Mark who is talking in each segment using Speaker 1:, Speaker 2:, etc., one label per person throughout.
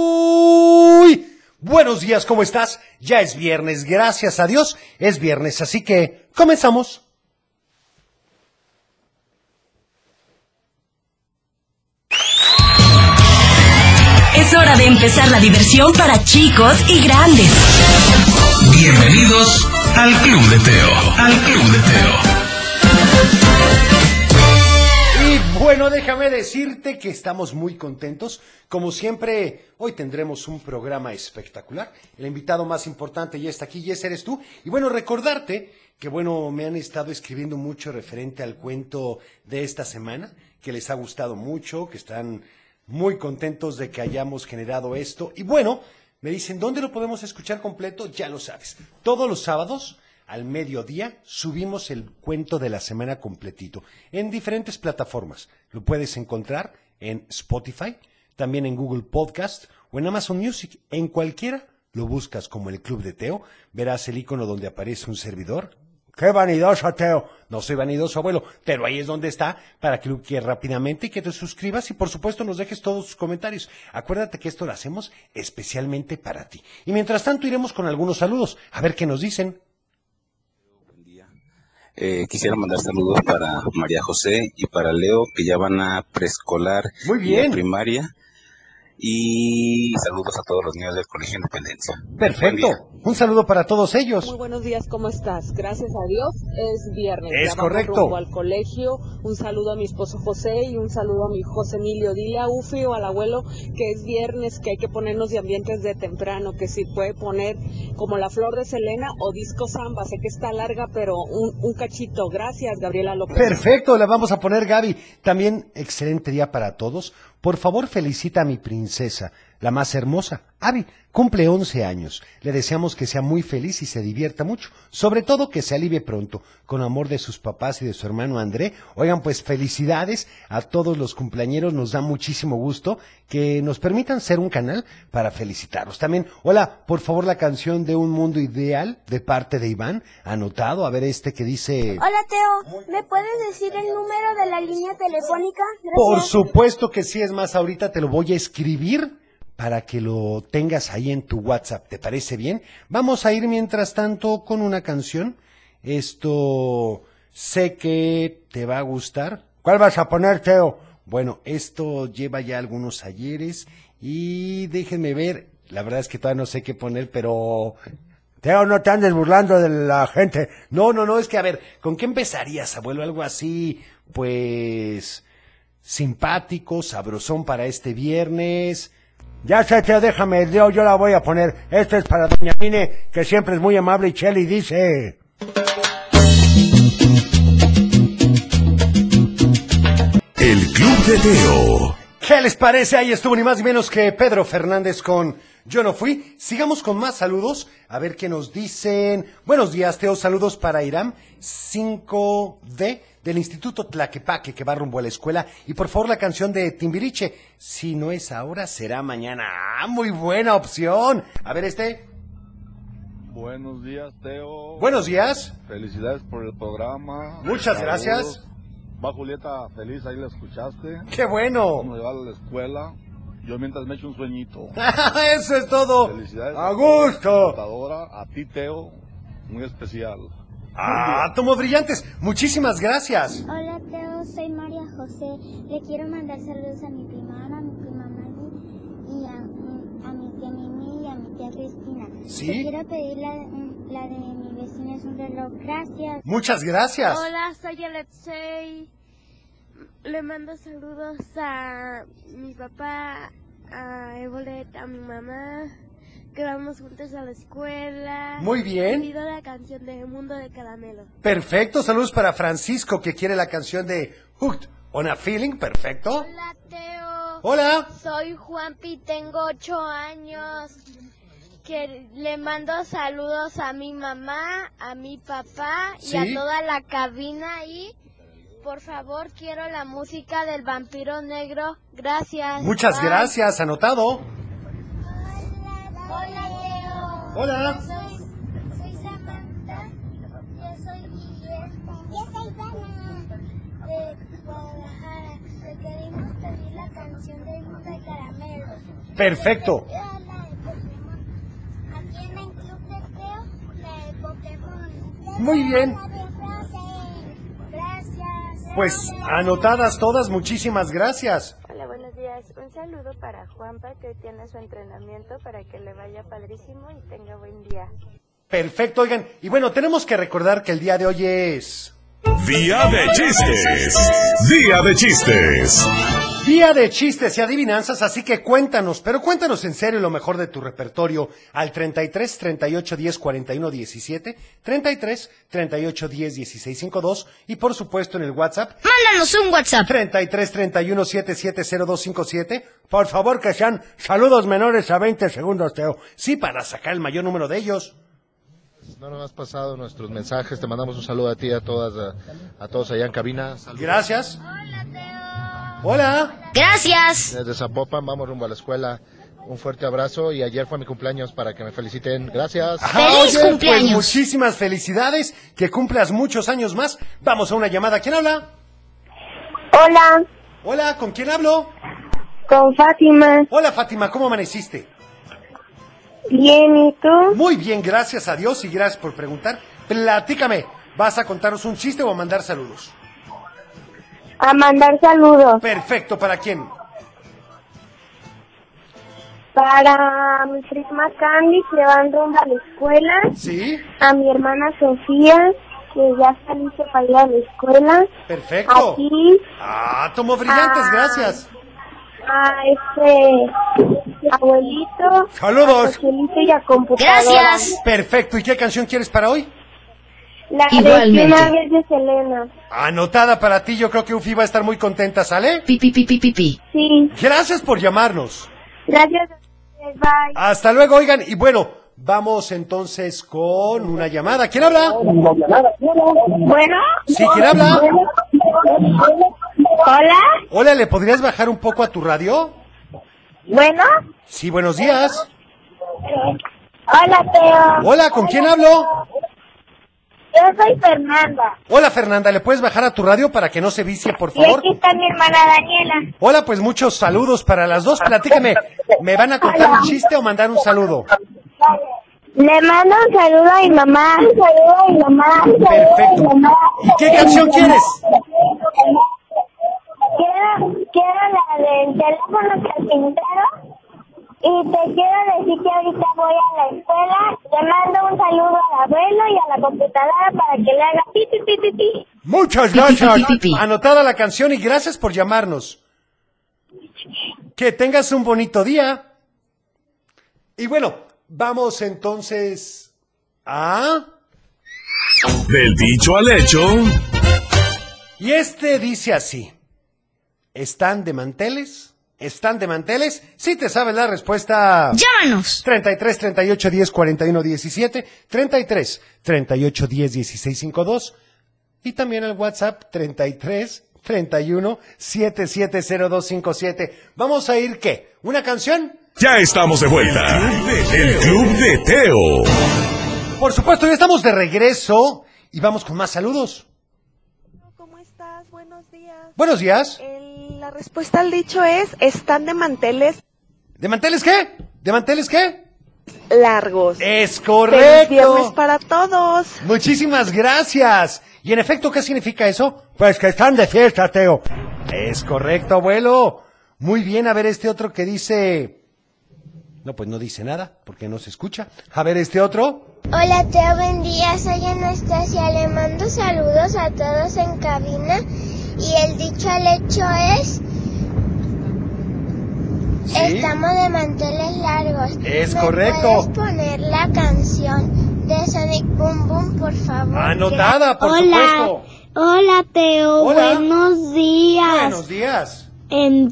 Speaker 1: Muy buenos días, ¿cómo estás? Ya es viernes, gracias a Dios, es viernes, así que comenzamos.
Speaker 2: Es hora de empezar la diversión para chicos y grandes.
Speaker 3: Bienvenidos al Club de Teo. Al Club de
Speaker 1: Y
Speaker 3: Teo.
Speaker 1: bueno, déjame decirte que estamos muy contentos. Como siempre, hoy tendremos un programa espectacular. El invitado más importante ya está aquí y ese eres tú. Y bueno, recordarte que bueno, me han estado escribiendo mucho referente al cuento de esta semana, que les ha gustado mucho, que están muy contentos de que hayamos generado esto. Y bueno, me dicen, ¿dónde lo podemos escuchar completo? Ya lo sabes. Todos los sábados al mediodía subimos el cuento de la semana completito en diferentes plataformas. Lo puedes encontrar en Spotify, también en Google Podcast o en Amazon Music. En cualquiera lo buscas como el Club de Teo, verás el icono donde aparece un servidor. ¡Qué vanidoso, Teo! No soy vanidoso, abuelo, pero ahí es donde está para que lo que rápidamente y que te suscribas y por supuesto nos dejes todos tus comentarios. Acuérdate que esto lo hacemos especialmente para ti. Y mientras tanto iremos con algunos saludos, a ver qué nos dicen.
Speaker 4: Eh, quisiera mandar saludos para María José y para Leo, que ya van a preescolar
Speaker 1: Muy
Speaker 4: y a
Speaker 1: bien.
Speaker 4: primaria. Y saludos a todos los niños del Colegio Independencia.
Speaker 1: Perfecto. Un saludo para todos ellos.
Speaker 5: Muy buenos días, ¿cómo estás? Gracias a Dios, es viernes.
Speaker 1: Es
Speaker 5: ya vamos
Speaker 1: correcto.
Speaker 5: rumbo al colegio. Un saludo a mi esposo José y un saludo a mi José Emilio. Dile a Ufi o al abuelo que es viernes, que hay que ponernos de ambientes de temprano, que si puede poner como la flor de Selena o disco samba. Sé que está larga, pero un, un cachito. Gracias, Gabriela López.
Speaker 1: Perfecto, la vamos a poner Gaby. También excelente día para todos. Por favor, felicita a mi princesa, la más hermosa. Abby cumple 11 años. Le deseamos que sea muy feliz y se divierta mucho. Sobre todo que se alivie pronto, con amor de sus papás y de su hermano André. Oigan, pues felicidades a todos los cumpleañeros. Nos da muchísimo gusto que nos permitan ser un canal para felicitarlos. También, hola, por favor, la canción de Un Mundo Ideal de parte de Iván. Anotado, a ver este que dice...
Speaker 6: Hola Teo, ¿me puedes decir el número de la línea telefónica? Gracias.
Speaker 1: Por supuesto que sí, es más, ahorita te lo voy a escribir para que lo tengas ahí en tu WhatsApp. ¿Te parece bien? Vamos a ir mientras tanto con una canción. Esto sé que te va a gustar. ¿Cuál vas a poner, Teo? Bueno, esto lleva ya algunos ayeres y déjenme ver. La verdad es que todavía no sé qué poner, pero Teo, no te andes burlando de la gente. No, no, no, es que a ver, ¿con qué empezarías, abuelo? Algo así, pues, simpático, sabrosón para este viernes. Ya sé, Teo, déjame, Teo, yo la voy a poner. Esto es para Doña Mine, que siempre es muy amable y Cheli dice.
Speaker 3: El Club de Teo.
Speaker 1: ¿Qué les parece? Ahí estuvo ni más ni menos que Pedro Fernández con Yo no fui. Sigamos con más saludos, a ver qué nos dicen. Buenos días, Teo. Saludos para Irán 5D del Instituto Tlaquepaque que va rumbo a la escuela. Y por favor la canción de Timbiriche. Si no es ahora, será mañana. Ah, muy buena opción. A ver este.
Speaker 7: Buenos días, Teo.
Speaker 1: Buenos días.
Speaker 7: Felicidades por el programa.
Speaker 1: Muchas gracias.
Speaker 7: Va Julieta, feliz, ahí la escuchaste.
Speaker 1: ¡Qué bueno!
Speaker 7: Vamos a llevar a la escuela. Yo mientras me echo un sueñito.
Speaker 1: Eso es todo.
Speaker 7: Felicidades.
Speaker 1: A gusto.
Speaker 7: Computadora, a ti, Teo, muy especial.
Speaker 1: Ah, tomo brillantes. Muchísimas gracias.
Speaker 6: Hola Teo, soy María José. Le quiero mandar saludos a mi prima Ana, a mi prima Maggie y a, mm, a mi tía Mimi y a mi tía Cristina.
Speaker 1: ¿Sí?
Speaker 6: Te quiero pedir la, mm, la de mi vecino es un reloj. Gracias.
Speaker 1: Muchas gracias.
Speaker 8: Hola, soy Alexei. Le mando saludos a mi papá, a Evolet, a mi mamá, que vamos juntos a la escuela.
Speaker 1: Muy bien.
Speaker 8: Pido la canción de Mundo de Caramelo.
Speaker 1: Perfecto, saludos para Francisco que quiere la canción de Hooked on a Feeling, perfecto.
Speaker 8: Hola, Teo.
Speaker 1: Hola,
Speaker 8: Soy Juanpi, tengo ocho años. Que le mando saludos a mi mamá, a mi papá y a
Speaker 1: Sí.
Speaker 8: toda la cabina y por favor quiero la música del vampiro negro. Gracias.
Speaker 1: muchas
Speaker 8: Bye.
Speaker 1: gracias, anotado.
Speaker 6: Hola
Speaker 1: Hola.
Speaker 6: Soy, soy Samantha. Yo soy Guillermo. Yo soy Dana. De Guadalajara. Le queremos pedir la canción de mi
Speaker 1: Perfecto.
Speaker 6: Yo la de Pokémon. Aquí en el club de Teo, la de Pokémon.
Speaker 1: Muy bien.
Speaker 6: La de Frozen. Gracias.
Speaker 1: Pues anotadas todas, muchísimas gracias.
Speaker 9: Hola, buenos días. Un saludo para Juanpa que hoy tiene su entrenamiento para que le vaya padrísimo y tenga buen día.
Speaker 1: Perfecto, oigan. Y bueno, tenemos que recordar que el día de hoy es
Speaker 3: Día de chistes. Día de chistes.
Speaker 1: Día de chistes y adivinanzas, así que cuéntanos, pero cuéntanos en serio lo mejor de tu repertorio al 33 38 10 41 17, 33 38 10 16 52 y por supuesto en el WhatsApp
Speaker 10: Mándanos un WhatsApp.
Speaker 1: 33 31 770257. Por favor que sean saludos menores a 20 segundos, Teo. Sí, para sacar el mayor número de ellos.
Speaker 11: No nos has pasado nuestros mensajes. Te mandamos un saludo a ti, a todas, a, a todos allá en cabina. Saludos.
Speaker 1: Gracias. Hola.
Speaker 10: Gracias.
Speaker 11: Desde Zapopan vamos rumbo a la escuela. Un fuerte abrazo y ayer fue mi cumpleaños para que me feliciten. Gracias.
Speaker 10: ¡Feliz
Speaker 1: pues,
Speaker 10: cumpleaños!
Speaker 1: muchísimas felicidades, que cumplas muchos años más. Vamos a una llamada. ¿Quién habla?
Speaker 9: Hola,
Speaker 1: Hola, ¿con quién hablo?
Speaker 9: con Fátima.
Speaker 1: Hola Fátima, ¿cómo amaneciste?
Speaker 9: Bien, ¿y tú?
Speaker 1: Muy bien, gracias a Dios y gracias por preguntar. Platícame, ¿vas a contarnos un chiste o a mandar saludos?
Speaker 9: A mandar saludos
Speaker 1: Perfecto, ¿para quién?
Speaker 9: para mi prima Candy que van rumbo a la escuela,
Speaker 1: Sí,
Speaker 9: a mi hermana Sofía que ya está lista para ir a la escuela,
Speaker 1: perfecto.
Speaker 9: a ti,
Speaker 1: Ah, tomó brillantes,
Speaker 9: Ah.
Speaker 1: gracias.
Speaker 9: a este abuelito, a
Speaker 1: Saludos.
Speaker 9: Joselito y a computadora.
Speaker 10: Gracias.
Speaker 1: Perfecto, ¿y qué canción quieres para hoy?
Speaker 9: La de
Speaker 10: Igualmente.
Speaker 9: que una vez de Selena.
Speaker 1: Anotada para ti, yo creo que Ufi va a estar muy contenta, ¿sale?
Speaker 10: Pi, pi, pi, pi, pi, pi.
Speaker 9: Sí,
Speaker 1: Gracias por llamarnos.
Speaker 9: gracias. Bye.
Speaker 1: Hasta luego, oigan, y bueno, vamos entonces con una llamada. ¿Quién habla?
Speaker 9: Bueno.
Speaker 1: Sí, ¿quién habla?
Speaker 9: Hola.
Speaker 1: Hola, ¿le podrías bajar un poco a tu radio?
Speaker 9: Bueno.
Speaker 1: Sí, buenos días.
Speaker 9: Hola, Teo.
Speaker 1: Hola, ¿con quién hablo?
Speaker 9: Yo soy Fernanda.
Speaker 1: Hola, Fernanda, ¿le puedes bajar a tu radio para que no se vicie, por
Speaker 9: Y
Speaker 1: favor?
Speaker 9: aquí está mi hermana Daniela.
Speaker 1: Hola, pues muchos saludos para las dos. Platícame, ¿me van a contar un chiste o mandar un saludo?
Speaker 9: Le mando un saludo a mi mamá. Un saludo a mi mamá.
Speaker 1: Perfecto. ¿Y qué canción quieres?
Speaker 9: Quiero, quiero la del teléfono carpintero. Y te quiero decir que ahorita voy a la escuela. Le mando un saludo al abuelo y a la computadora para que le haga pi, pi, pi, pi, pi.
Speaker 1: Muchas
Speaker 10: Pi, pi,
Speaker 1: gracias.
Speaker 10: pi, pi, pi.
Speaker 1: Anotada la canción y gracias por llamarnos. Que tengas un bonito día. Y bueno, vamos entonces a...
Speaker 3: Del dicho al hecho.
Speaker 1: Y este dice así. ¿Están de manteles? ¿Están de manteles? Si te sabes la respuesta...
Speaker 10: Llámanos.
Speaker 1: 33 38 10 41 17, 33 38 10 16 52 y también al WhatsApp 33 31 770257. Vamos a ir qué? ¿Una canción?
Speaker 3: Ya estamos de vuelta. El Club de Teo.
Speaker 1: Por supuesto, ya estamos de regreso y vamos con más saludos.
Speaker 9: ¿Cómo estás? Buenos días.
Speaker 1: Buenos días.
Speaker 9: la respuesta al dicho es, están de manteles
Speaker 1: ¿De manteles qué? ¿De manteles qué?
Speaker 9: largos.
Speaker 1: Es
Speaker 9: Feliz viernes
Speaker 1: correcto.
Speaker 9: para todos.
Speaker 1: Muchísimas gracias. ¿Y en efecto qué significa eso? Pues que están de fiesta, Teo. Es correcto, abuelo. Muy bien, a ver este otro que dice... No, pues no dice nada, porque no se escucha. A ver este otro.
Speaker 6: Hola Teo, buen día, soy Anastasia, le mando saludos a todos en cabina y el dicho al hecho es, estamos de manteles largos.
Speaker 1: Es
Speaker 6: ¿Me
Speaker 1: correcto.
Speaker 6: ¿Puedes poner la canción de Sonic Boom Boom, por favor?
Speaker 1: Anotada, por supuesto.
Speaker 6: hola Teo,
Speaker 1: Hola.
Speaker 6: buenos días. Em,
Speaker 1: Buenos días.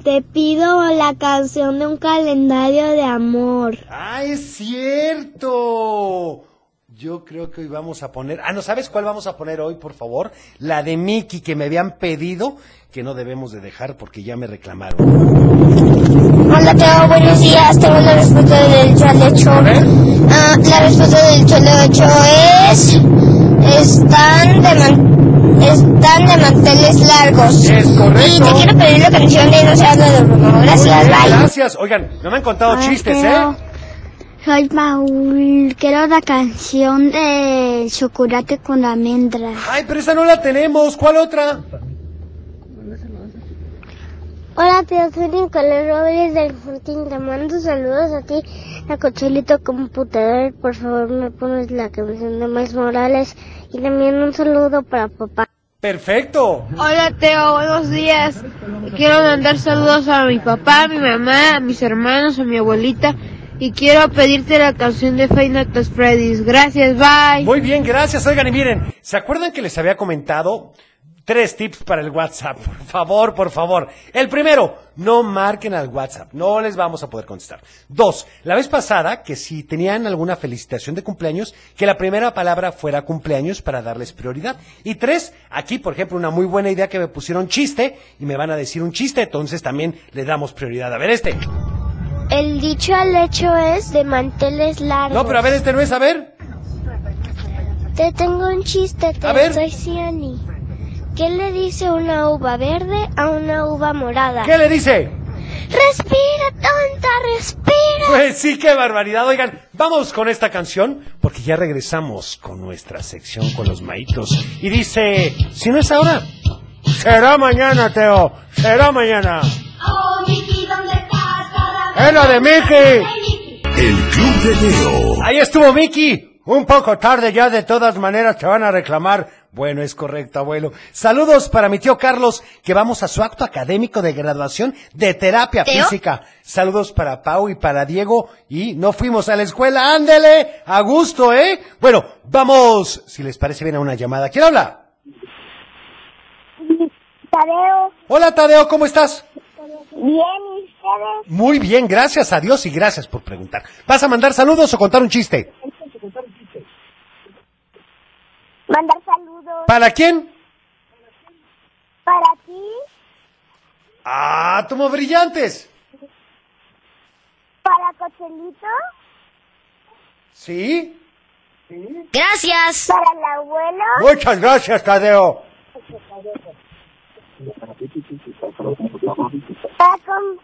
Speaker 6: te pido la canción de un calendario de amor.
Speaker 1: Ah, es cierto. Yo creo que hoy vamos a poner... Ah, ¿no sabes cuál vamos a poner hoy, por favor? La de Mickey que me habían pedido, que no debemos de dejar porque ya me reclamaron.
Speaker 6: Hola Teo, buenos días. Tengo la respuesta del dicho al hecho. Ah, la respuesta del dicho al hecho es... Están de, man-
Speaker 12: están de manteles largos.
Speaker 1: Es correcto.
Speaker 12: Y te quiero pedir la canción de No seas de Bruno. Gracias, bye.
Speaker 1: Gracias. Oigan, no me han contado chistes, ¿eh?
Speaker 13: Soy Paul, quiero la canción de chocolate con almendras.
Speaker 1: Ay, pero esa no la tenemos. ¿Cuál otra?
Speaker 9: Hola, tío, soy Nicolás Robles del Fortín. Te mando saludos a ti, a Cochelito Computador. Por favor, me pones la canción de Más Morales. Y también un saludo para papá.
Speaker 1: Perfecto.
Speaker 5: Hola Teo, buenos días. Quiero mandar saludos a mi papá, a mi mamá, a mis hermanos, a mi abuelita y quiero pedirte la canción de Five Nights at Freddy's. Gracias, bye.
Speaker 1: Muy bien, gracias. Oigan, y miren, ¿se acuerdan que les había comentado tres tips para el WhatsApp? Por favor, por favor. El primero, no marquen al WhatsApp, no les vamos a poder contestar. Dos, la vez pasada que si tenían alguna felicitación de cumpleaños, que la primera palabra fuera cumpleaños para darles prioridad. Y tres, aquí, por ejemplo, una muy buena idea que me pusieron chiste y me van a decir un chiste, entonces también le damos prioridad. A ver este.
Speaker 9: El dicho al hecho es de manteles largos.
Speaker 1: No, pero a ver este no es, a ver.
Speaker 9: Te tengo un chiste, te
Speaker 1: A ver.
Speaker 9: soy Ciani. ¿Qué le dice una uva verde a una uva morada?
Speaker 1: ¿Qué le dice?
Speaker 9: Respira, tonta, respira.
Speaker 1: Pues sí, qué barbaridad. Oigan, vamos con esta canción porque ya regresamos con nuestra sección con los maitos. Y dice, si no es ahora, será mañana, Teo. Será mañana.
Speaker 14: Oh, Mickey, ¿dónde estás?
Speaker 1: Es la de Mickey.
Speaker 15: El Club de Teo.
Speaker 1: Ahí estuvo Mickey. Un poco tarde ya, de todas maneras te van a reclamar. Bueno, es correcto, abuelo. Saludos para mi tío Carlos, que vamos a su acto académico de graduación de terapia
Speaker 16: ¿Teo?
Speaker 1: física. Saludos para Pau y para Diego. Y no fuimos a la escuela, ándele, a gusto, ¿eh? Bueno, vamos, si les parece bien, a una llamada. ¿Quién habla?
Speaker 14: Tadeo,
Speaker 1: Hola, Tadeo, ¿cómo estás?
Speaker 14: bien, ¿y ustedes?
Speaker 1: Muy bien, gracias a Dios y gracias por preguntar. ¿Vas a mandar saludos o contar un chiste?
Speaker 14: Mandar saludos
Speaker 1: ¿Para quién?
Speaker 14: para ti.
Speaker 1: Ah, tomo brillantes.
Speaker 14: Para Cochelito.
Speaker 1: ¿Sí?
Speaker 14: Gracias. Para el abuelo.
Speaker 1: Muchas gracias, Tadeo.
Speaker 14: Para, com-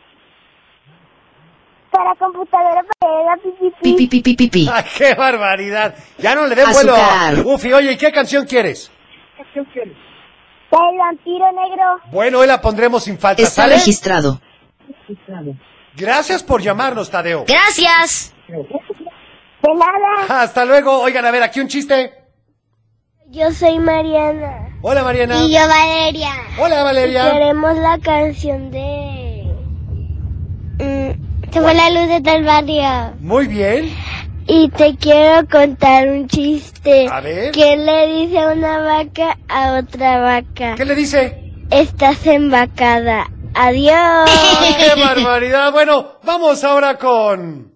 Speaker 14: para computadora, para la pipi.
Speaker 2: Pipi, pipi, pipi.
Speaker 1: Ay, ¡Qué barbaridad! Ya no le den vuelo.
Speaker 2: Azúcar.
Speaker 1: Ufi, oye, ¿y qué canción quieres?
Speaker 14: Para el vampiro negro.
Speaker 1: Bueno, hoy la pondremos sin falta,
Speaker 2: Está
Speaker 1: ¿sale?
Speaker 2: registrado.
Speaker 1: Gracias por llamarnos, Tadeo.
Speaker 2: Gracias.
Speaker 14: De nada.
Speaker 1: Hasta luego. Oigan, a ver, aquí un chiste.
Speaker 9: Yo soy Mariana.
Speaker 1: Hola, Mariana.
Speaker 9: Y yo Valeria.
Speaker 1: Hola, Valeria.
Speaker 9: Y queremos la canción de... Mm, se fue la luz de tal barrio.
Speaker 1: Muy bien.
Speaker 9: Y te quiero contar un chiste.
Speaker 1: A ver.
Speaker 9: ¿Qué le dice una vaca a otra vaca?
Speaker 1: ¿Qué le dice?
Speaker 9: Estás embacada. Adiós.
Speaker 1: Ay, ¡Qué barbaridad! Bueno, vamos ahora con...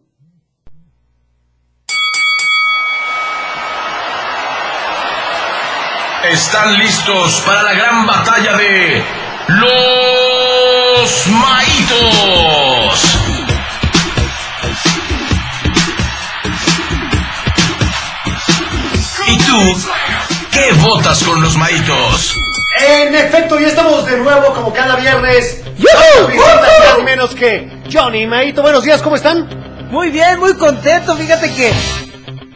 Speaker 3: Están listos para la gran batalla de los maitos. ¿Y tú qué votas con los maitos?
Speaker 1: En efecto, ya estamos de nuevo como cada viernes.
Speaker 3: ¡Yujú!
Speaker 1: Visitas nada menos que Johnny Maito. Buenos días, ¿cómo están?
Speaker 17: Muy bien, muy contento. Fíjate que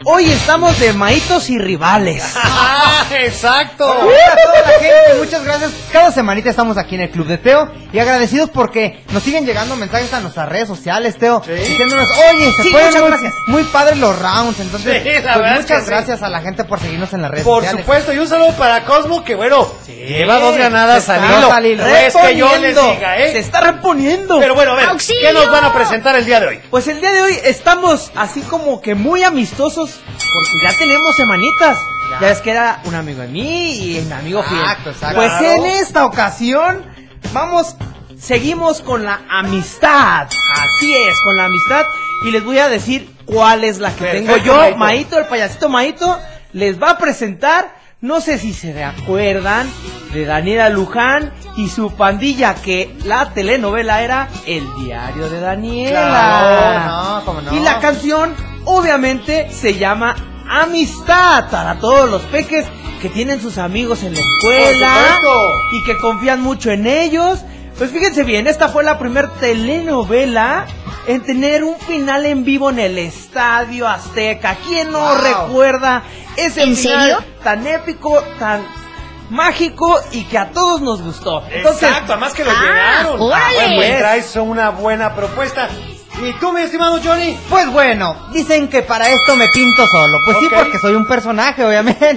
Speaker 17: hoy estamos de maitos y rivales.
Speaker 1: ¡Ah, exacto!
Speaker 17: Hola a toda la gente, muchas gracias. Cada semanita estamos aquí en el Club de Teo y agradecidos porque nos siguen llegando mensajes a nuestras redes sociales, Teo, diciéndonos, oye, se
Speaker 1: Sí,
Speaker 17: fueron
Speaker 1: muchas
Speaker 17: muy,
Speaker 1: gracias.
Speaker 17: muy padres los rounds. Entonces,
Speaker 1: Sí, la
Speaker 17: pues,
Speaker 1: verdad es que
Speaker 17: muchas
Speaker 1: sí.
Speaker 17: gracias a la gente por seguirnos en las redes
Speaker 1: Por
Speaker 17: sociales.
Speaker 1: supuesto, y un saludo para Cosmo, que bueno, lleva dos ganadas
Speaker 17: se
Speaker 1: al
Speaker 17: está
Speaker 1: hilo.
Speaker 17: saliendo.
Speaker 1: No es que yo les
Speaker 17: Reponiendo.
Speaker 1: diga, ¿eh?
Speaker 17: Se está reponiendo.
Speaker 1: Pero bueno, a ver, ¿qué nos van a presentar el día de hoy?
Speaker 17: Pues el día de hoy estamos así como que muy amistosos porque ya tenemos semanitas. Ya, es que era un amigo de mí y mi amigo Fidel.
Speaker 18: Exacto, exacto.
Speaker 17: Pues
Speaker 18: Claro.
Speaker 17: en esta ocasión vamos, seguimos con la amistad. Así es, con la amistad. Y les voy a decir cuál es la que
Speaker 1: Perfecto,
Speaker 17: tengo yo,
Speaker 1: Maito.
Speaker 17: Maito, el payasito Maito, les va a presentar, no sé si se acuerdan, de Daniela Luján y su pandilla, que la telenovela era El Diario de Daniela.
Speaker 18: Claro, no, cómo no.
Speaker 17: Y la canción, obviamente, se llama Amistad para todos los peques.
Speaker 19: que tienen sus amigos en la escuela
Speaker 1: Por supuesto.
Speaker 19: y que confían mucho en ellos. Pues fíjense bien, esta fue la primera telenovela en tener un final en vivo en el Estadio Azteca. ¿Quién no
Speaker 20: Wow.
Speaker 19: recuerda ese
Speaker 20: ¿En
Speaker 19: final
Speaker 20: serio?
Speaker 19: tan épico, tan mágico y que a todos nos gustó?
Speaker 1: Exacto, además que lo llenaron. Ah, bueno, traes una buena propuesta. ¿Y tú, mi estimado Johnny?
Speaker 17: Pues bueno, dicen que para esto me pinto solo. Pues sí, porque soy un personaje, obviamente.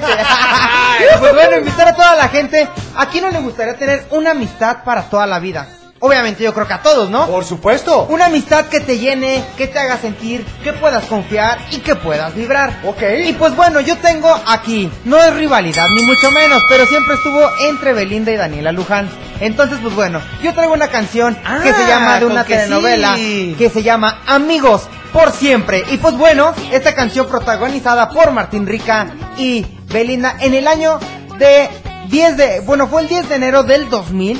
Speaker 17: pues bueno, invitar a toda la gente. ¿A quién no le gustaría tener una amistad para toda la vida? Obviamente yo creo que a todos, ¿no?
Speaker 1: Por supuesto.
Speaker 17: Una amistad que te llene, que te haga sentir, que puedas confiar y que puedas vibrar. Ok. Y pues bueno, yo tengo aquí, no es rivalidad ni mucho menos, pero siempre estuvo entre Belinda y Daniela Luján. Entonces, pues bueno, yo traigo una canción que se llama de
Speaker 19: con
Speaker 17: una
Speaker 19: que
Speaker 17: telenovela
Speaker 19: sí.
Speaker 17: que se llama Amigos por siempre. Y pues bueno, esta canción protagonizada por Martín Rica y Belinda en el año de 10 de, bueno, fue el 10 de enero del 2000.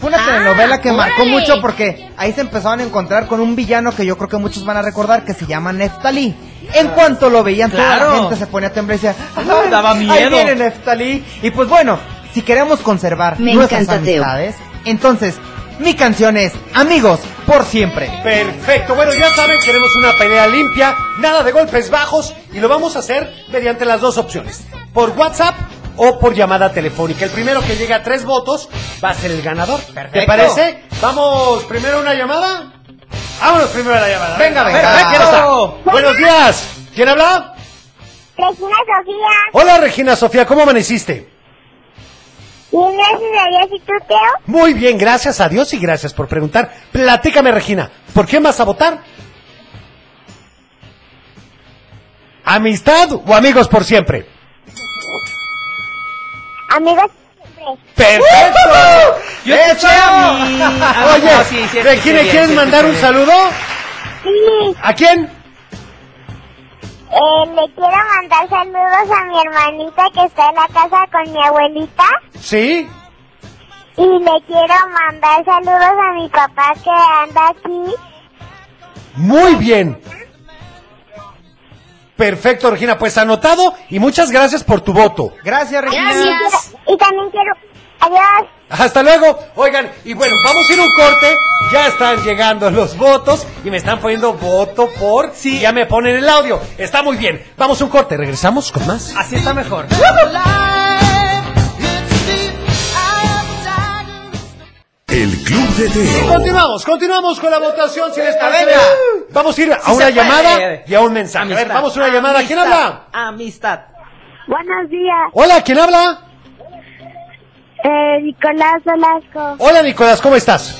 Speaker 17: Fue una
Speaker 20: Ah,
Speaker 17: telenovela que marcó
Speaker 20: órale.
Speaker 17: mucho porque ahí se empezaron a encontrar con un villano que yo creo que muchos van a recordar que se llama Neftalí. En cuanto lo veían, toda
Speaker 19: Claro.
Speaker 17: la gente se ponía a temblar y decía,
Speaker 19: No,
Speaker 17: "Ay,
Speaker 19: daba
Speaker 17: Ahí
Speaker 19: miedo".
Speaker 17: viene Neftalí. Y pues bueno, si queremos conservar
Speaker 1: Me
Speaker 17: nuestras
Speaker 1: encanta, Teo.
Speaker 17: amistades, entonces mi canción es Amigos por siempre.
Speaker 1: Perfecto, bueno, ya saben, queremos una pelea limpia, nada de golpes bajos y lo vamos a hacer mediante las dos opciones, por WhatsApp o por llamada telefónica. El primero que llegue a tres votos va a ser el ganador. ¿Te
Speaker 17: Perfecto.
Speaker 1: parece? Vamos primero a una llamada. Vámonos primero a la llamada.
Speaker 17: Venga, venga.
Speaker 1: a ver quién está. Buenos días. ¿Quién habla?
Speaker 9: Regina Sofía,
Speaker 1: Hola Regina Sofía, ¿cómo amaneciste?
Speaker 9: bien, gracias a Dios y tú, Teo.
Speaker 1: Muy bien, gracias a Dios y gracias por preguntar. Platícame Regina, ¿por quién vas a votar? ¿Amistad o amigos por siempre?
Speaker 9: Amigos,
Speaker 1: ¡Perfecto!
Speaker 19: Yo te
Speaker 1: ¡Eso!
Speaker 19: eché a mí. Ah, no, sí,
Speaker 1: Oye,
Speaker 19: sí,
Speaker 1: ¿de
Speaker 19: escuché
Speaker 1: quién le
Speaker 19: bien,
Speaker 1: quieres
Speaker 19: sí,
Speaker 1: mandar un
Speaker 19: escuché
Speaker 1: saludo? ¿A quién?
Speaker 9: eh, le quiero mandar saludos a mi hermanita que está en la casa con mi abuelita.
Speaker 1: Sí.
Speaker 9: Y le quiero mandar saludos a mi papá que anda aquí.
Speaker 1: Muy bien. Perfecto, Regina. Pues anotado y muchas gracias por tu voto.
Speaker 17: Gracias,
Speaker 1: Regina.
Speaker 9: Y también quiero... Adiós.
Speaker 1: Hasta luego. Oigan, y bueno, vamos a ir a un corte. Ya están llegando los votos y me están poniendo voto por si ya me ponen el audio. Está muy bien. Vamos a un corte. Regresamos con más.
Speaker 19: Así está mejor.
Speaker 3: El Club de
Speaker 1: Y
Speaker 3: Teo.
Speaker 1: continuamos, continuamos con la votación. Si les parece,
Speaker 19: Venga.
Speaker 1: vamos a ir
Speaker 19: Sí
Speaker 1: a
Speaker 19: se
Speaker 1: una
Speaker 19: puede.
Speaker 1: llamada y a un mensaje. A ver,
Speaker 19: Amistad.
Speaker 1: vamos a una llamada. ¿Quién
Speaker 19: Amistad.
Speaker 1: habla?
Speaker 19: Amistad.
Speaker 9: Buenos días.
Speaker 1: Hola, ¿quién habla?
Speaker 9: Eh, Nicolás Velasco.
Speaker 1: Hola, Nicolás, ¿cómo estás?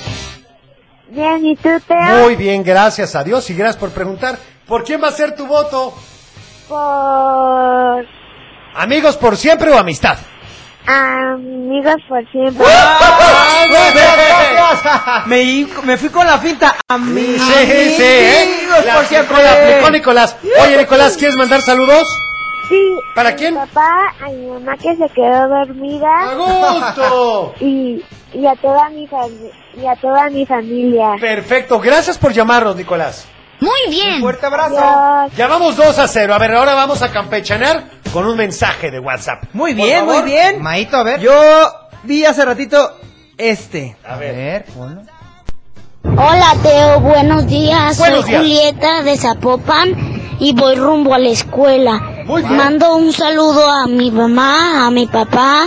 Speaker 9: Bien, ¿y tú, Teo?
Speaker 1: Muy bien, gracias a Dios y gracias por preguntar. ¿Por quién va a ser tu voto?
Speaker 9: Por...
Speaker 1: ¿Amigos por siempre o amistad?
Speaker 9: Amigos por siempre.
Speaker 1: ¡Ah!
Speaker 19: Ay, güey, gracias. Me, hi- me fui con la finta. Amigos,
Speaker 1: Sí, sí, ¿eh? La
Speaker 19: por
Speaker 1: aplicó,
Speaker 19: siempre.
Speaker 1: la aplicó Nicolás. Oye, Nicolás, ¿quieres mandar saludos?
Speaker 9: Sí.
Speaker 1: ¿Para
Speaker 9: a mi
Speaker 1: quién?
Speaker 9: papá, a mi mamá que se quedó dormida.
Speaker 1: ¡A gusto!
Speaker 9: y, y a toda mi fami- y a toda mi familia.
Speaker 1: Perfecto, gracias por llamarnos, Nicolás.
Speaker 9: Muy bien.
Speaker 17: fuerte
Speaker 9: abrazo.
Speaker 1: Ya vamos 2 a 0. A ver, ahora vamos a campechanear con un mensaje de WhatsApp.
Speaker 19: Muy
Speaker 1: Por
Speaker 19: bien, muy
Speaker 1: favor.
Speaker 19: bien.
Speaker 17: Maito, a ver.
Speaker 19: Yo vi hace ratito este.
Speaker 1: A ver. pues,
Speaker 17: ponlo.
Speaker 21: Hola Teo, buenos días.
Speaker 19: Buenos
Speaker 21: Soy
Speaker 19: días.
Speaker 21: Julieta de Zapopan y voy rumbo a la escuela.
Speaker 1: Muy bien.
Speaker 21: Mando un saludo a mi mamá, a mi papá,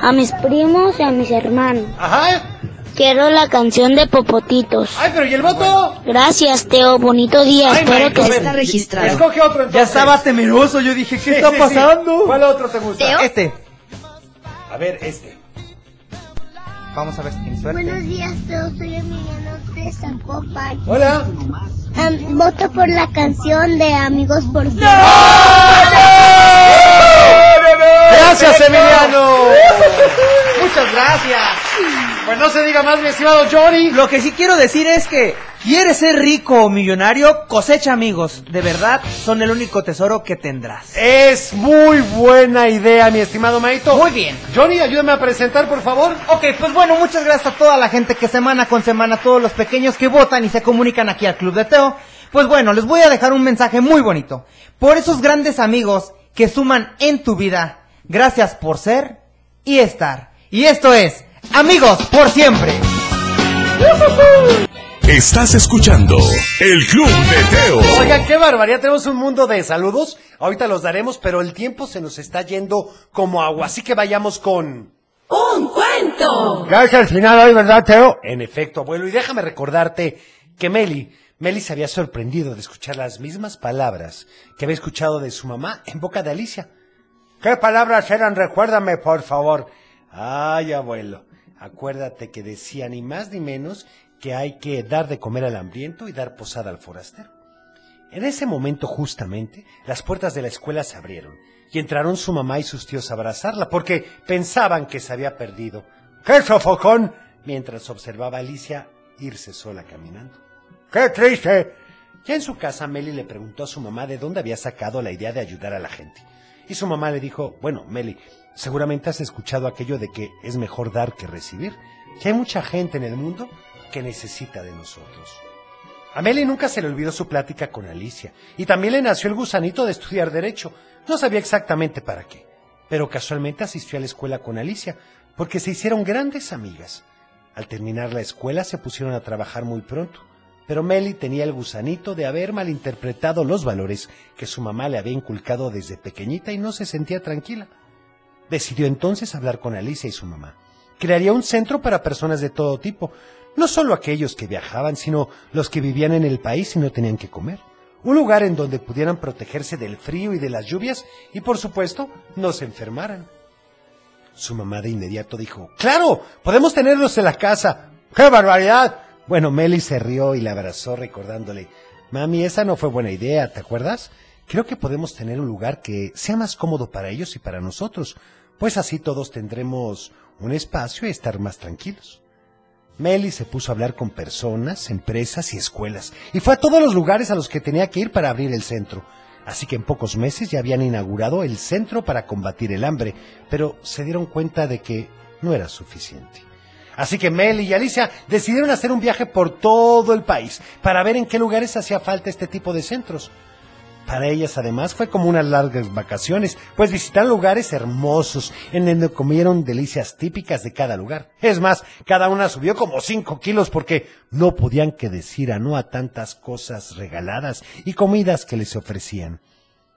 Speaker 21: a mis primos y a mis hermanos.
Speaker 1: Ajá.
Speaker 21: Quiero la canción de Popotitos.
Speaker 1: Ay, pero ¿y el voto?
Speaker 21: Gracias Teo, bonito día.
Speaker 1: Ay,
Speaker 21: Espero
Speaker 1: Maito,
Speaker 21: que
Speaker 1: a ver, Escoge otro entonces.
Speaker 19: Ya estaba temeroso, yo dije, ¿qué
Speaker 1: Sí,
Speaker 19: está
Speaker 1: sí, sí.
Speaker 19: pasando?
Speaker 1: ¿Cuál otro te gusta?
Speaker 17: Este.
Speaker 1: A ver, este.
Speaker 17: Vamos a ver si tiene suerte.
Speaker 22: días, Teo. Soy Emiliano de Zapopan.
Speaker 1: Hola.
Speaker 22: voto por la canción de Amigos por Siempre.
Speaker 1: ¡Eh, Gracias, Emiliano.
Speaker 19: Muchas gracias.
Speaker 1: Pues no se diga más, mi estimado Johnny.
Speaker 19: Lo que sí quiero decir es que quieres ser rico o millonario, cosecha amigos. De verdad, son el único tesoro que tendrás.
Speaker 1: Es muy buena idea, mi estimado Maito.
Speaker 17: Muy bien.
Speaker 1: Johnny, ayúdame a presentar, por favor.
Speaker 17: Ok, pues bueno, muchas gracias a toda la gente que semana con semana, todos los pequeños que votan y se comunican aquí al Club de Teo. Pues bueno, les voy a dejar un mensaje muy bonito. Por esos grandes amigos que suman en tu vida,
Speaker 23: Gracias por ser y estar. Y esto es Amigos por siempre.
Speaker 3: Estás escuchando el Club de Teo.
Speaker 1: Oigan, qué barbaridad, tenemos un mundo de saludos. Ahorita los daremos, pero el tiempo se nos está yendo como agua. Así que vayamos con.
Speaker 2: ¡Un cuento!
Speaker 1: Ya es el final hoy, ¿verdad, Teo? En efecto, abuelo. Y déjame recordarte que Meli, Meli se había sorprendido de escuchar las mismas palabras que había escuchado de su mamá en boca de Alicia. ¿Qué palabras eran? Recuérdame, por favor. Ay, abuelo, acuérdate que decía ni más ni menos que hay que dar de comer al hambriento y dar posada al forastero. En ese momento justamente las puertas de la escuela se abrieron y entraron su mamá y sus tíos a abrazarla porque pensaban que se había perdido. ¡Qué sofocón! mientras observaba a Alicia irse sola caminando. ¡Qué triste! Ya en su casa Meli le preguntó a su mamá de dónde había sacado la idea de ayudar a la gente. Y su mamá le dijo, bueno, Meli, seguramente has escuchado aquello de que es mejor dar que recibir, que hay mucha gente en el mundo que necesita de nosotros. A Meli nunca se le olvidó su plática con Alicia, y también le nació el gusanito de estudiar derecho. No sabía exactamente para qué, pero casualmente asistió a la escuela con Alicia, porque se hicieron grandes amigas. Al terminar la escuela se pusieron a trabajar muy pronto, pero Meli tenía el gusanito de haber malinterpretado los valores que su mamá le había inculcado desde pequeñita y no se sentía tranquila. Decidió entonces hablar con Alicia y su mamá. Crearía un centro para personas de todo tipo, no solo aquellos que viajaban, sino los que vivían en el país y no tenían que comer. Un lugar en donde pudieran protegerse del frío y de las lluvias y, por supuesto, no se enfermaran. Su mamá de inmediato dijo, Claro, podemos tenerlos en la casa. ¡Qué barbaridad! Bueno, Meli se rió y la abrazó recordándole, Mami, esa no fue buena idea, ¿te acuerdas? Creo que podemos tener un lugar que sea más cómodo para ellos y para nosotros, pues así todos tendremos un espacio y estar más tranquilos. Meli se puso a hablar con personas, empresas y escuelas, y fue a todos los lugares a los que tenía que ir para abrir el centro. Así que en pocos meses ya habían inaugurado el centro para combatir el hambre, pero se dieron cuenta de que no era suficiente. Así que Meli y Alicia decidieron hacer un viaje por todo el país para ver en qué lugares hacía falta este tipo de centros. Para ellas además fue como unas largas vacaciones, pues visitaron lugares hermosos en donde comieron delicias típicas de cada lugar. Es más, cada una subió como 5 kilos porque no podían que decir a no a tantas cosas regaladas y comidas que les ofrecían.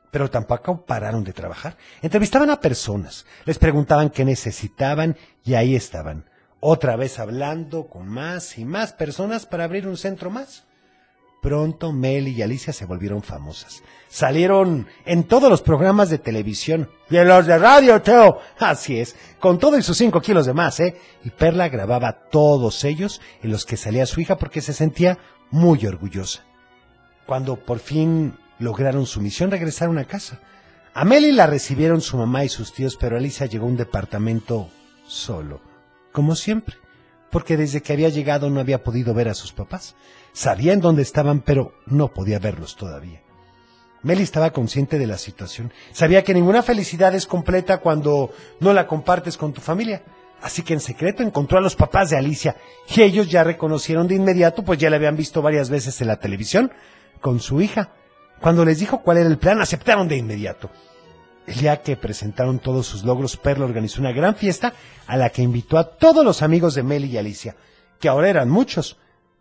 Speaker 1: Pero tampoco pararon de trabajar. Entrevistaban a personas, les preguntaban qué necesitaban y ahí estaban, otra vez hablando con más y más personas para abrir un centro más. Pronto Mel y Alicia se volvieron famosas. Salieron en todos los programas de televisión y en los de radio, Teo. Así es, con todo y sus cinco kilos de más, ¿eh? Y Perla grababa todos ellos en los que salía su hija porque se sentía muy orgullosa. Cuando por fin lograron su misión, regresaron a casa. A Meli la recibieron su mamá y sus tíos, pero Alicia llegó a un departamento solo, como siempre porque desde que había llegado no había podido ver a sus papás. Sabían dónde estaban, pero no podía verlos todavía. Meli estaba consciente de la situación. Sabía que ninguna felicidad es completa cuando no la compartes con tu familia. Así que en secreto encontró a los papás de Alicia y ellos ya reconocieron de inmediato, pues ya la habían visto varias veces en la televisión con su hija. Cuando les dijo cuál era el plan, aceptaron de inmediato. El día que presentaron todos sus logros, Perla organizó una gran fiesta a la que invitó a todos los amigos de Meli y Alicia, que ahora eran muchos.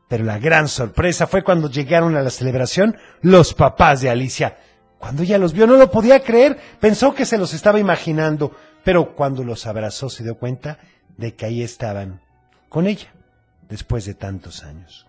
Speaker 1: Pero la gran sorpresa fue cuando llegaron a la celebración los papás de Alicia. Cuando ella los vio no lo podía creer, pensó que se los estaba imaginando, pero cuando los abrazó se dio cuenta de que ahí estaban, con ella, después de tantos años.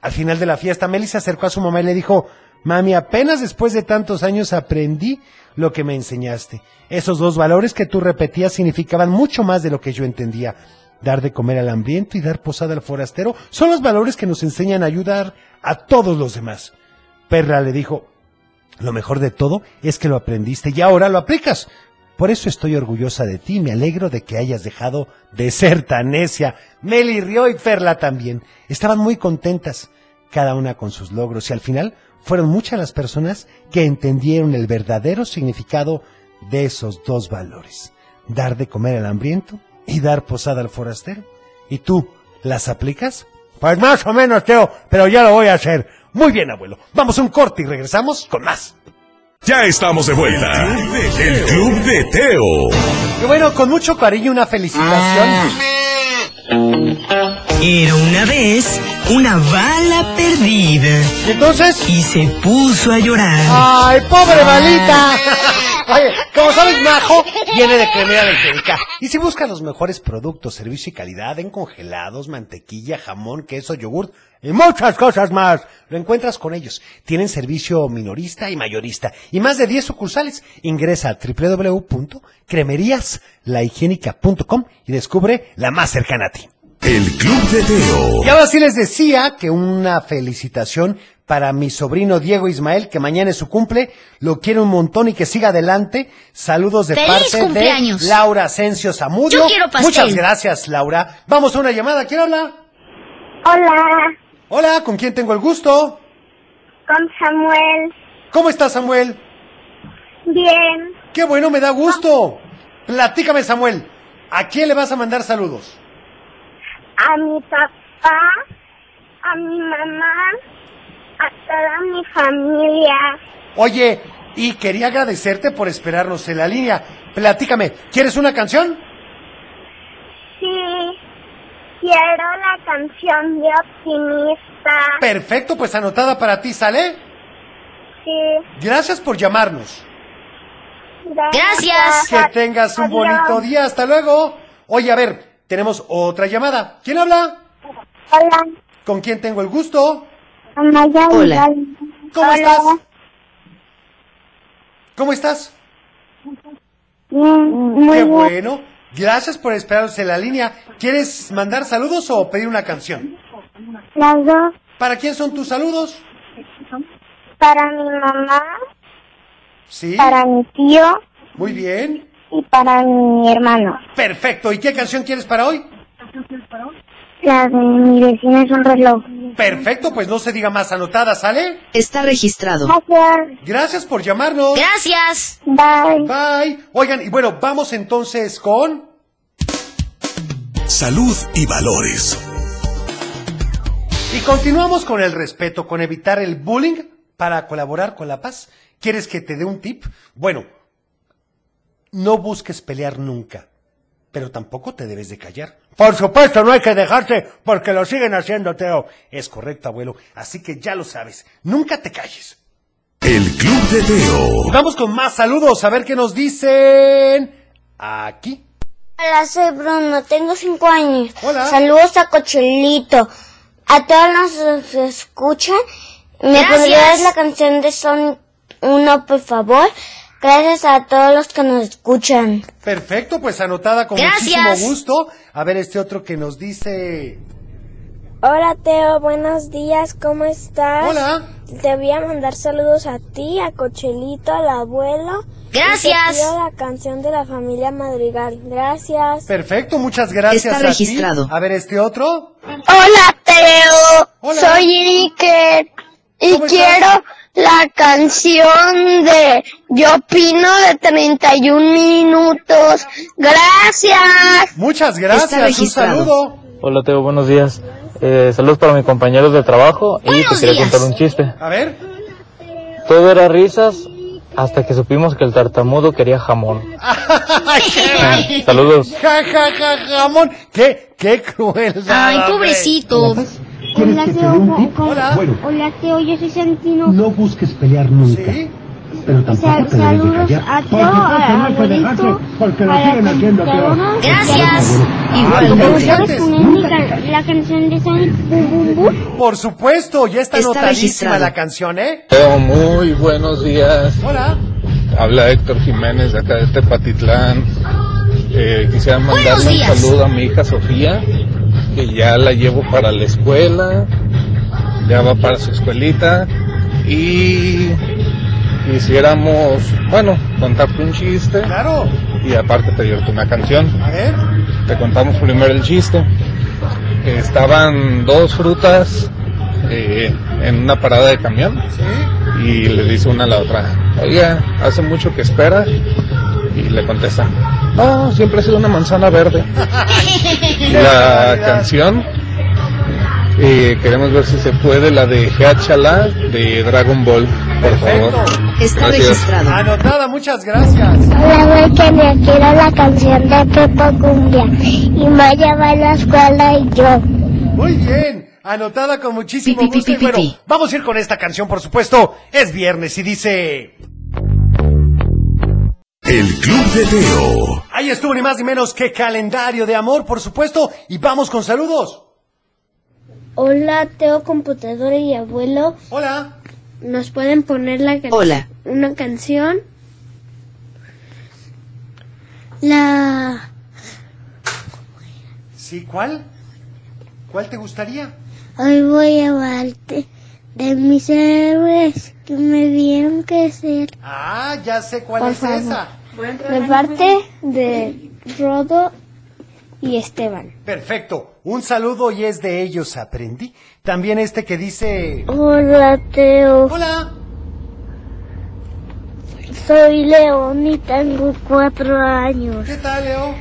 Speaker 1: Al final de la fiesta, Meli se acercó a su mamá y le dijo, Mami, apenas después de tantos años aprendí lo que me enseñaste. Esos dos valores que tú repetías significaban mucho más de lo que yo entendía. Dar de comer al hambriento y dar posada al forastero son los valores que nos enseñan a ayudar a todos los demás. Perla le dijo, lo mejor de todo es que lo aprendiste y ahora lo aplicas. Por eso estoy orgullosa de ti, me alegro de que hayas dejado de ser tan necia. Meli rió y Perla también. Estaban muy contentas, cada una con sus logros y al final fueron muchas las personas que entendieron el verdadero significado de esos dos valores, dar de comer al hambriento y dar posada al forastero. ¿Y tú las aplicas? Pues más o menos, Teo, pero ya lo voy a hacer. Muy bien, abuelo. Vamos a un corte y regresamos con más.
Speaker 3: Ya estamos de vuelta. El Club de Teo.
Speaker 1: Y bueno, con mucho cariño una felicitación.
Speaker 2: Era una vez una bala perdida.
Speaker 1: ¿Y entonces?
Speaker 2: Y se puso a llorar.
Speaker 1: ¡Ay, pobre balita! Oye, como sabes, Majo viene de Crimea del Perica. Y si buscas los mejores productos, servicio y calidad en congelados, mantequilla, jamón, queso, yogurt y muchas cosas más, lo encuentras con ellos. Tienen servicio minorista y mayorista y más de 10 sucursales. Ingresa a www.cremeriaslahigiénica.com y descubre la más cercana a ti.
Speaker 3: El Club de Teo.
Speaker 1: Y ahora sí les decía que una felicitación para mi sobrino Diego Ismael, que mañana es su cumple, lo quiero un montón y que siga adelante. Saludos de
Speaker 10: ¡Feliz
Speaker 1: parte
Speaker 10: cumpleaños!
Speaker 1: de Laura Asensio Zamudio.
Speaker 10: Yo quiero pastel.
Speaker 1: Muchas gracias, Laura. Vamos a una llamada. ¿Quién habla?
Speaker 9: Hola,
Speaker 1: Hola, ¿con quién tengo el gusto?
Speaker 9: con Samuel.
Speaker 1: ¿Cómo estás, Samuel?
Speaker 9: Bien,
Speaker 1: Qué bueno, me da gusto. Platícame, Samuel. ¿A quién le vas a mandar saludos?
Speaker 9: a mi papá, a mi mamá, a toda mi familia.
Speaker 1: Oye, y quería agradecerte por esperarnos en la línea. Platícame, ¿quieres una canción?
Speaker 9: Sí, quiero la canción de optimista.
Speaker 1: Perfecto, pues anotada para ti, ¿sale?
Speaker 9: Sí,
Speaker 1: Gracias por llamarnos.
Speaker 9: gracias.
Speaker 1: Que tengas un bonito día. Hasta luego. Oye, a ver, tenemos otra llamada. ¿Quién habla?
Speaker 9: Hola,
Speaker 1: ¿Con quién tengo el gusto?
Speaker 9: Amaya
Speaker 10: Hola.
Speaker 9: Vidal.
Speaker 1: ¿Cómo
Speaker 9: Hola.
Speaker 1: estás? ¿Cómo estás?
Speaker 9: Bien, muy
Speaker 1: Mm, Qué
Speaker 9: bien.
Speaker 1: bueno. Gracias por esperarnos en la línea. ¿Quieres mandar saludos o pedir una canción?
Speaker 9: Las dos
Speaker 1: ¿Para quién son tus saludos?
Speaker 9: para mi mamá,
Speaker 1: Sí.
Speaker 9: para mi tío
Speaker 1: Muy bien.
Speaker 9: y para mi hermano.
Speaker 1: Perfecto. ¿Y qué canción quieres para hoy?
Speaker 9: La de mi vecina es un reloj.
Speaker 1: Perfecto, pues no se diga más anotada, ¿sale?
Speaker 10: Está registrado.
Speaker 9: Gracias.
Speaker 1: Gracias por llamarnos.
Speaker 10: Gracias.
Speaker 9: Bye.
Speaker 1: Bye. Oigan, y bueno, vamos entonces con...
Speaker 3: Salud y valores.
Speaker 1: Y continuamos con el respeto, con evitar el bullying para colaborar con la paz. ¿Quieres que te dé un tip? Bueno, no busques pelear nunca, pero tampoco te debes de callar. Por supuesto, no hay que dejarte porque lo siguen haciendo, Teo. Es correcto, abuelo. Así que ya lo sabes, nunca te calles.
Speaker 3: El Club de
Speaker 1: Y
Speaker 3: Teo.
Speaker 1: vamos con más saludos, a ver qué nos dicen aquí.
Speaker 24: Hola, soy Bruno, tengo cinco años.
Speaker 1: Hola.
Speaker 24: Saludos a Cochelito. A todos los que escuchan, ¿me
Speaker 10: Gracias.
Speaker 24: podrías la canción de Son Uno, por favor? Gracias a todos los que nos escuchan.
Speaker 1: Perfecto, pues anotada con
Speaker 24: Gracias.
Speaker 1: muchísimo gusto. A ver este otro que nos dice...
Speaker 9: Hola Teo, buenos días, ¿cómo estás?
Speaker 1: Hola.
Speaker 9: Te voy a mandar saludos a ti, a Cochelito, al abuelo.
Speaker 10: Gracias.
Speaker 9: Y te pido la canción de la familia Madrigal. Gracias.
Speaker 1: Perfecto, muchas gracias.
Speaker 10: Está
Speaker 1: a ti.
Speaker 10: registrado.
Speaker 1: A ver, este otro.
Speaker 24: Hola, Teo.
Speaker 1: Hola.
Speaker 24: Soy Iker. Y
Speaker 1: ¿Cómo estás?
Speaker 24: quiero la canción de Yo opino de 31 minutos. Gracias.
Speaker 1: Muchas gracias, un
Speaker 10: registrado.
Speaker 1: saludo.
Speaker 25: Hola Teo, buenos días. Eh, saludos para mis compañeros de trabajo y
Speaker 10: Buenos
Speaker 25: te quería
Speaker 10: días.
Speaker 25: contar un chiste.
Speaker 1: A ver,
Speaker 25: Todo era risas hasta que supimos que el tartamudo quería jamón.
Speaker 26: Ah,
Speaker 25: Saludos.
Speaker 1: ja, ja, ja, jamón. Qué, qué cruel.
Speaker 10: Ay, pobrecito.
Speaker 27: Hola, Teo.
Speaker 1: Hola.
Speaker 27: Hola, Teo. Yo soy Santino.
Speaker 28: No busques pelear nunca,
Speaker 1: Sí,
Speaker 28: pero tampoco te debes de
Speaker 27: Saludos
Speaker 28: callar.
Speaker 27: a
Speaker 28: Por
Speaker 27: Teo,
Speaker 28: supuesto,
Speaker 27: al
Speaker 28: no hay que dejarse,
Speaker 27: abuelito,
Speaker 28: porque
Speaker 27: a
Speaker 28: lo
Speaker 27: la
Speaker 28: siguen haciendo peor.
Speaker 27: computadora.
Speaker 10: Gracias.
Speaker 27: ¿Me
Speaker 1: Igualmente.
Speaker 10: Igual.
Speaker 27: puedes poner mi can- la canción de Sonic Boom Boom Boom?
Speaker 1: por supuesto, ya está,
Speaker 10: Está
Speaker 1: anotadísima
Speaker 10: registrado.
Speaker 1: la canción, ¿eh?
Speaker 26: Teo, muy buenos días.
Speaker 1: Hola.
Speaker 26: Habla Héctor Jiménez de acá de Tepatitlán. Eh, quisiera
Speaker 10: Buenos
Speaker 26: mandarle un
Speaker 10: días.
Speaker 26: saludo a mi hija Sofía, que ya la llevo para la escuela, ya va para su escuelita. Y quisiéramos, bueno, contarte un chiste
Speaker 1: Claro.
Speaker 26: y aparte pedirte una canción.
Speaker 1: A ver.
Speaker 26: Te contamos primero el chiste. Estaban dos frutas eh, en una parada de camión
Speaker 1: Sí.
Speaker 26: y le dice una a la otra, oiga, hace mucho que espera. Y le contesta, no, siempre ha sido una manzana verde. la canción, eh, queremos ver si se puede, la de Hachala de Dragon Ball. por favor.
Speaker 2: Está
Speaker 26: Gracias.
Speaker 2: registrado.
Speaker 1: Anotada, muchas gracias.
Speaker 9: Hola, güey, que me quiero la canción de Pepo Cumbia. Y Maya va a la escuela y yo.
Speaker 1: Muy bien, anotada con muchísimo gusto. Y bueno, vamos a ir con esta canción, por supuesto. Es viernes y dice...
Speaker 3: El Club de Teo.
Speaker 1: Ahí estuvo ni más ni menos que calendario de amor, por supuesto. Y vamos con saludos.
Speaker 9: Hola, Teo, computadora y abuelo.
Speaker 1: Hola.
Speaker 9: ¿Nos pueden poner la can-
Speaker 2: Hola.
Speaker 9: una canción? La...
Speaker 1: ¿Sí? ¿Cuál? ¿Cuál te gustaría?
Speaker 9: Hoy voy a hablarte de mis héroes que me vieron crecer.
Speaker 1: Ah, ya sé cuál
Speaker 9: Por
Speaker 1: es
Speaker 9: favor.
Speaker 1: esa.
Speaker 9: De parte de Rodo y Esteban.
Speaker 1: Perfecto. Un saludo y es de ellos aprendí. También este que dice...
Speaker 9: Hola, Teo.
Speaker 1: Hola.
Speaker 9: Soy León y tengo cuatro años.
Speaker 1: ¿Qué tal, Leo?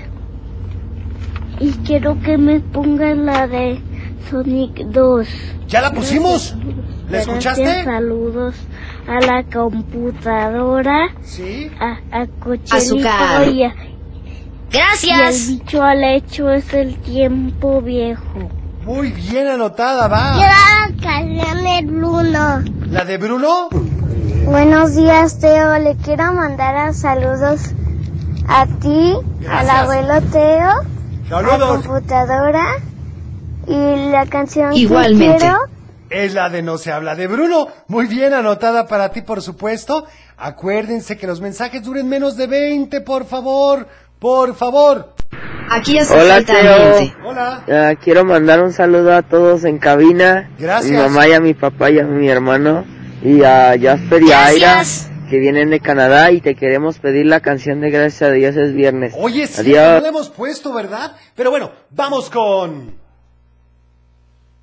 Speaker 9: Y quiero que me pongan la de Sonic 2.
Speaker 1: ¿Ya la pusimos? ¿La escuchaste?
Speaker 9: Gracias, saludos a la computadora.
Speaker 1: Sí.
Speaker 9: A, a Cochelito
Speaker 2: Azúcar.
Speaker 9: y a-
Speaker 2: Gracias.
Speaker 9: Y el bicho al hecho es el tiempo viejo.
Speaker 1: Muy bien anotada, va.
Speaker 9: Ya, de Bruno.
Speaker 1: ¿La de Bruno?
Speaker 9: Buenos días, Teo. Le quiero mandar a saludos a ti, al
Speaker 1: Gracias.
Speaker 9: abuelo Teo, a
Speaker 1: Saludos.
Speaker 9: computadora y la canción
Speaker 2: Igualmente.
Speaker 9: que quiero.
Speaker 1: Es la de No se habla de Bruno. Muy bien, anotada para ti, por supuesto. Acuérdense que los mensajes duren menos de 20, por favor. Por favor.
Speaker 2: Aquí hace
Speaker 17: Hola,
Speaker 2: falta
Speaker 17: Teo.
Speaker 2: ambiente.
Speaker 1: Hola.
Speaker 17: Ah, quiero mandar un saludo a todos en cabina.
Speaker 1: Gracias.
Speaker 17: A mi mamá y a mi papá y a mi hermano. Y a Jasper y a Aira,
Speaker 2: Gracias.
Speaker 17: que vienen de Canadá. Y te queremos pedir la canción de Gracias a Dios es viernes.
Speaker 1: Oye, sí, no
Speaker 17: Adiós.
Speaker 1: la hemos puesto, ¿verdad? Pero bueno, vamos con...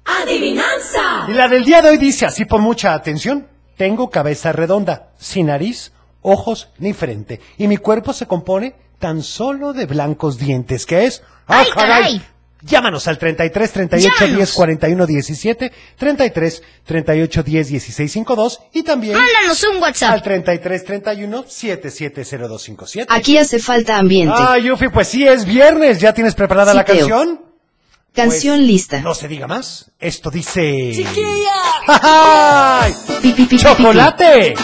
Speaker 29: ¡Adivinanza!
Speaker 1: Y la del día de hoy dice así, pon mucha atención. Tengo cabeza redonda, sin nariz, ojos ni frente. Y mi cuerpo se compone tan solo de blancos dientes, que es... ¡Ah,
Speaker 2: ¡Ay, caray!
Speaker 1: Llámanos al 33 38 10 41 17, 33 38 10 16 52 y también
Speaker 2: Mándanos un
Speaker 1: al
Speaker 2: WhatsApp.
Speaker 1: 33 31 770257.
Speaker 2: Aquí hace falta ambiente.
Speaker 1: Ah, Yufi, pues sí, es viernes. ¿Ya tienes preparada
Speaker 2: Sí,
Speaker 1: la
Speaker 2: Teo.
Speaker 1: canción?
Speaker 2: Canción
Speaker 1: Pues,
Speaker 2: lista.
Speaker 1: No se diga más. Esto dice.
Speaker 2: ¡Chiquilla! Pi, pi, pi, pi,
Speaker 1: ¡Chocolate!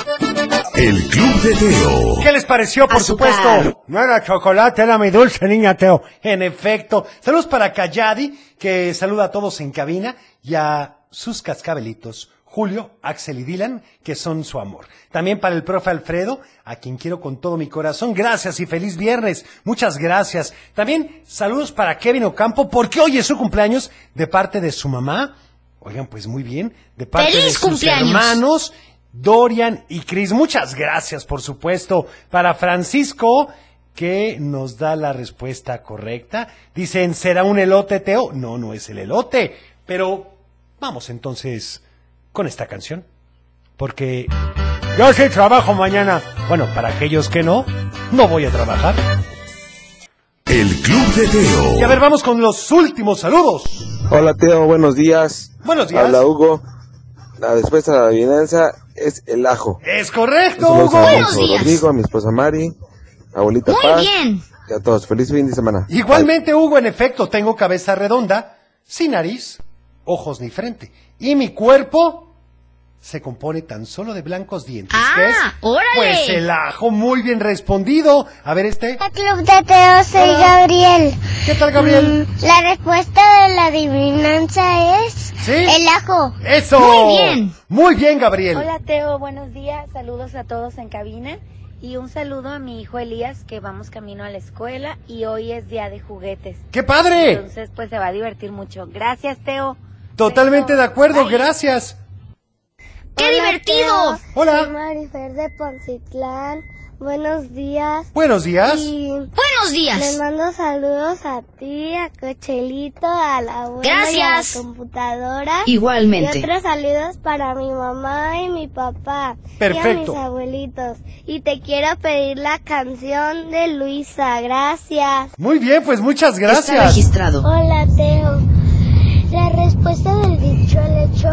Speaker 3: El Club de Teo.
Speaker 1: ¿Qué les pareció, por
Speaker 2: Azúcar.
Speaker 1: supuesto? No era chocolate, era mi dulce niña Teo. En efecto. Saludos para Cayadi, que saluda a todos en cabina, y a sus cascabelitos, Julio, Axel y Dylan, que son su amor. También para el profe Alfredo, a quien quiero con todo mi corazón. Gracias y feliz viernes. Muchas gracias. También saludos para Kevin Ocampo, porque hoy es su cumpleaños de parte de su mamá. Oigan, pues muy bien, de parte de
Speaker 2: ¡Feliz
Speaker 1: sus
Speaker 2: cumpleaños!
Speaker 1: hermanos. Carlos, Dorian y Cris. Muchas gracias, por supuesto, para Francisco, que nos da la respuesta correcta. Dicen, ¿será un elote, Teo? No, no es el elote. Pero vamos entonces con esta canción. Porque yo sí trabajo mañana. Bueno, para aquellos que no, no voy a trabajar.
Speaker 3: El Club de
Speaker 1: Y a
Speaker 3: Teo.
Speaker 1: ver, vamos con los últimos saludos.
Speaker 4: Hola Teo, buenos días.
Speaker 1: Buenos días.
Speaker 4: Habla Hugo. La respuesta a la adivinanza es el ajo.
Speaker 1: Es correcto,
Speaker 4: Saludos
Speaker 1: Hugo.
Speaker 4: a mi
Speaker 2: Buenos
Speaker 4: hijo
Speaker 2: días.
Speaker 4: Rodrigo, a mi esposa Mari, abuelita
Speaker 2: Muy
Speaker 4: Paz
Speaker 2: bien.
Speaker 4: y a todos. Feliz fin de semana.
Speaker 1: Igualmente, Hugo, en efecto, tengo cabeza redonda, sin nariz, ojos ni frente. Y mi cuerpo se compone tan solo de blancos dientes.
Speaker 2: Ah,
Speaker 1: ¿qué es?
Speaker 2: órale.
Speaker 1: Pues el ajo, muy bien respondido. A ver este.
Speaker 9: El club de Teo, soy
Speaker 1: Hola.
Speaker 9: Gabriel.
Speaker 1: ¿Qué tal, Gabriel?
Speaker 9: Mm, La respuesta de la adivinanza es
Speaker 1: ¿Sí?
Speaker 9: el ajo.
Speaker 1: ¡Eso!
Speaker 2: Mm. Muy bien.
Speaker 1: Muy bien, Gabriel.
Speaker 30: Hola Teo, buenos días, saludos a todos en cabina y un saludo a mi hijo Elías que vamos camino a la escuela y hoy es día de juguetes.
Speaker 1: ¡Qué padre!
Speaker 30: Entonces pues se va a divertir mucho. Gracias Teo.
Speaker 1: Totalmente de acuerdo,
Speaker 30: Bye.
Speaker 1: gracias.
Speaker 2: ¡Qué divertido!
Speaker 1: Hola.
Speaker 9: Soy Marifer de Poncitlán. Buenos días.
Speaker 1: Buenos días.
Speaker 9: Y
Speaker 2: Buenos
Speaker 9: le
Speaker 2: días.
Speaker 9: mando saludos a ti, a Cochelito, a la abuela
Speaker 2: Gracias.
Speaker 9: y a la computadora. Y
Speaker 2: Igualmente.
Speaker 9: otros saludos para mi mamá y mi papá. Y a mis
Speaker 1: Perfecto.
Speaker 9: abuelitos. Y te quiero pedir la canción de Luisa. Gracias.
Speaker 1: Muy bien, pues muchas
Speaker 2: Está
Speaker 1: gracias.
Speaker 2: registrado.
Speaker 9: Hola, Teo. La respuesta del dicho al hecho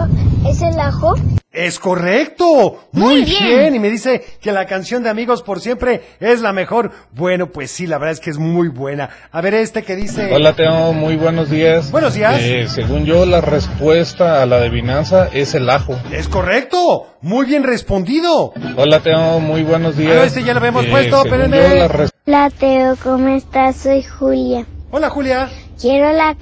Speaker 9: es el ajo.
Speaker 1: Es correcto.
Speaker 10: Muy
Speaker 1: Muy, bien.
Speaker 10: bien.
Speaker 1: Y me dice que la canción de Amigos por siempre es la mejor. Bueno, pues sí, la verdad es que es muy buena. A ver este que dice...
Speaker 26: Hola, Teo, muy buenos días.
Speaker 1: Buenos días.
Speaker 26: Eh, según yo, la respuesta a la adivinanza es el ajo.
Speaker 1: Es correcto. Muy bien respondido.
Speaker 26: Hola, Teo, muy buenos días. Eh,
Speaker 1: Ah, este ya lo habíamos puesto,
Speaker 26: según
Speaker 1: espérenme.
Speaker 26: yo, la res-
Speaker 31: Hola Teo, ¿cómo estás? Soy Julia.
Speaker 1: Hola Julia.
Speaker 31: Quiero la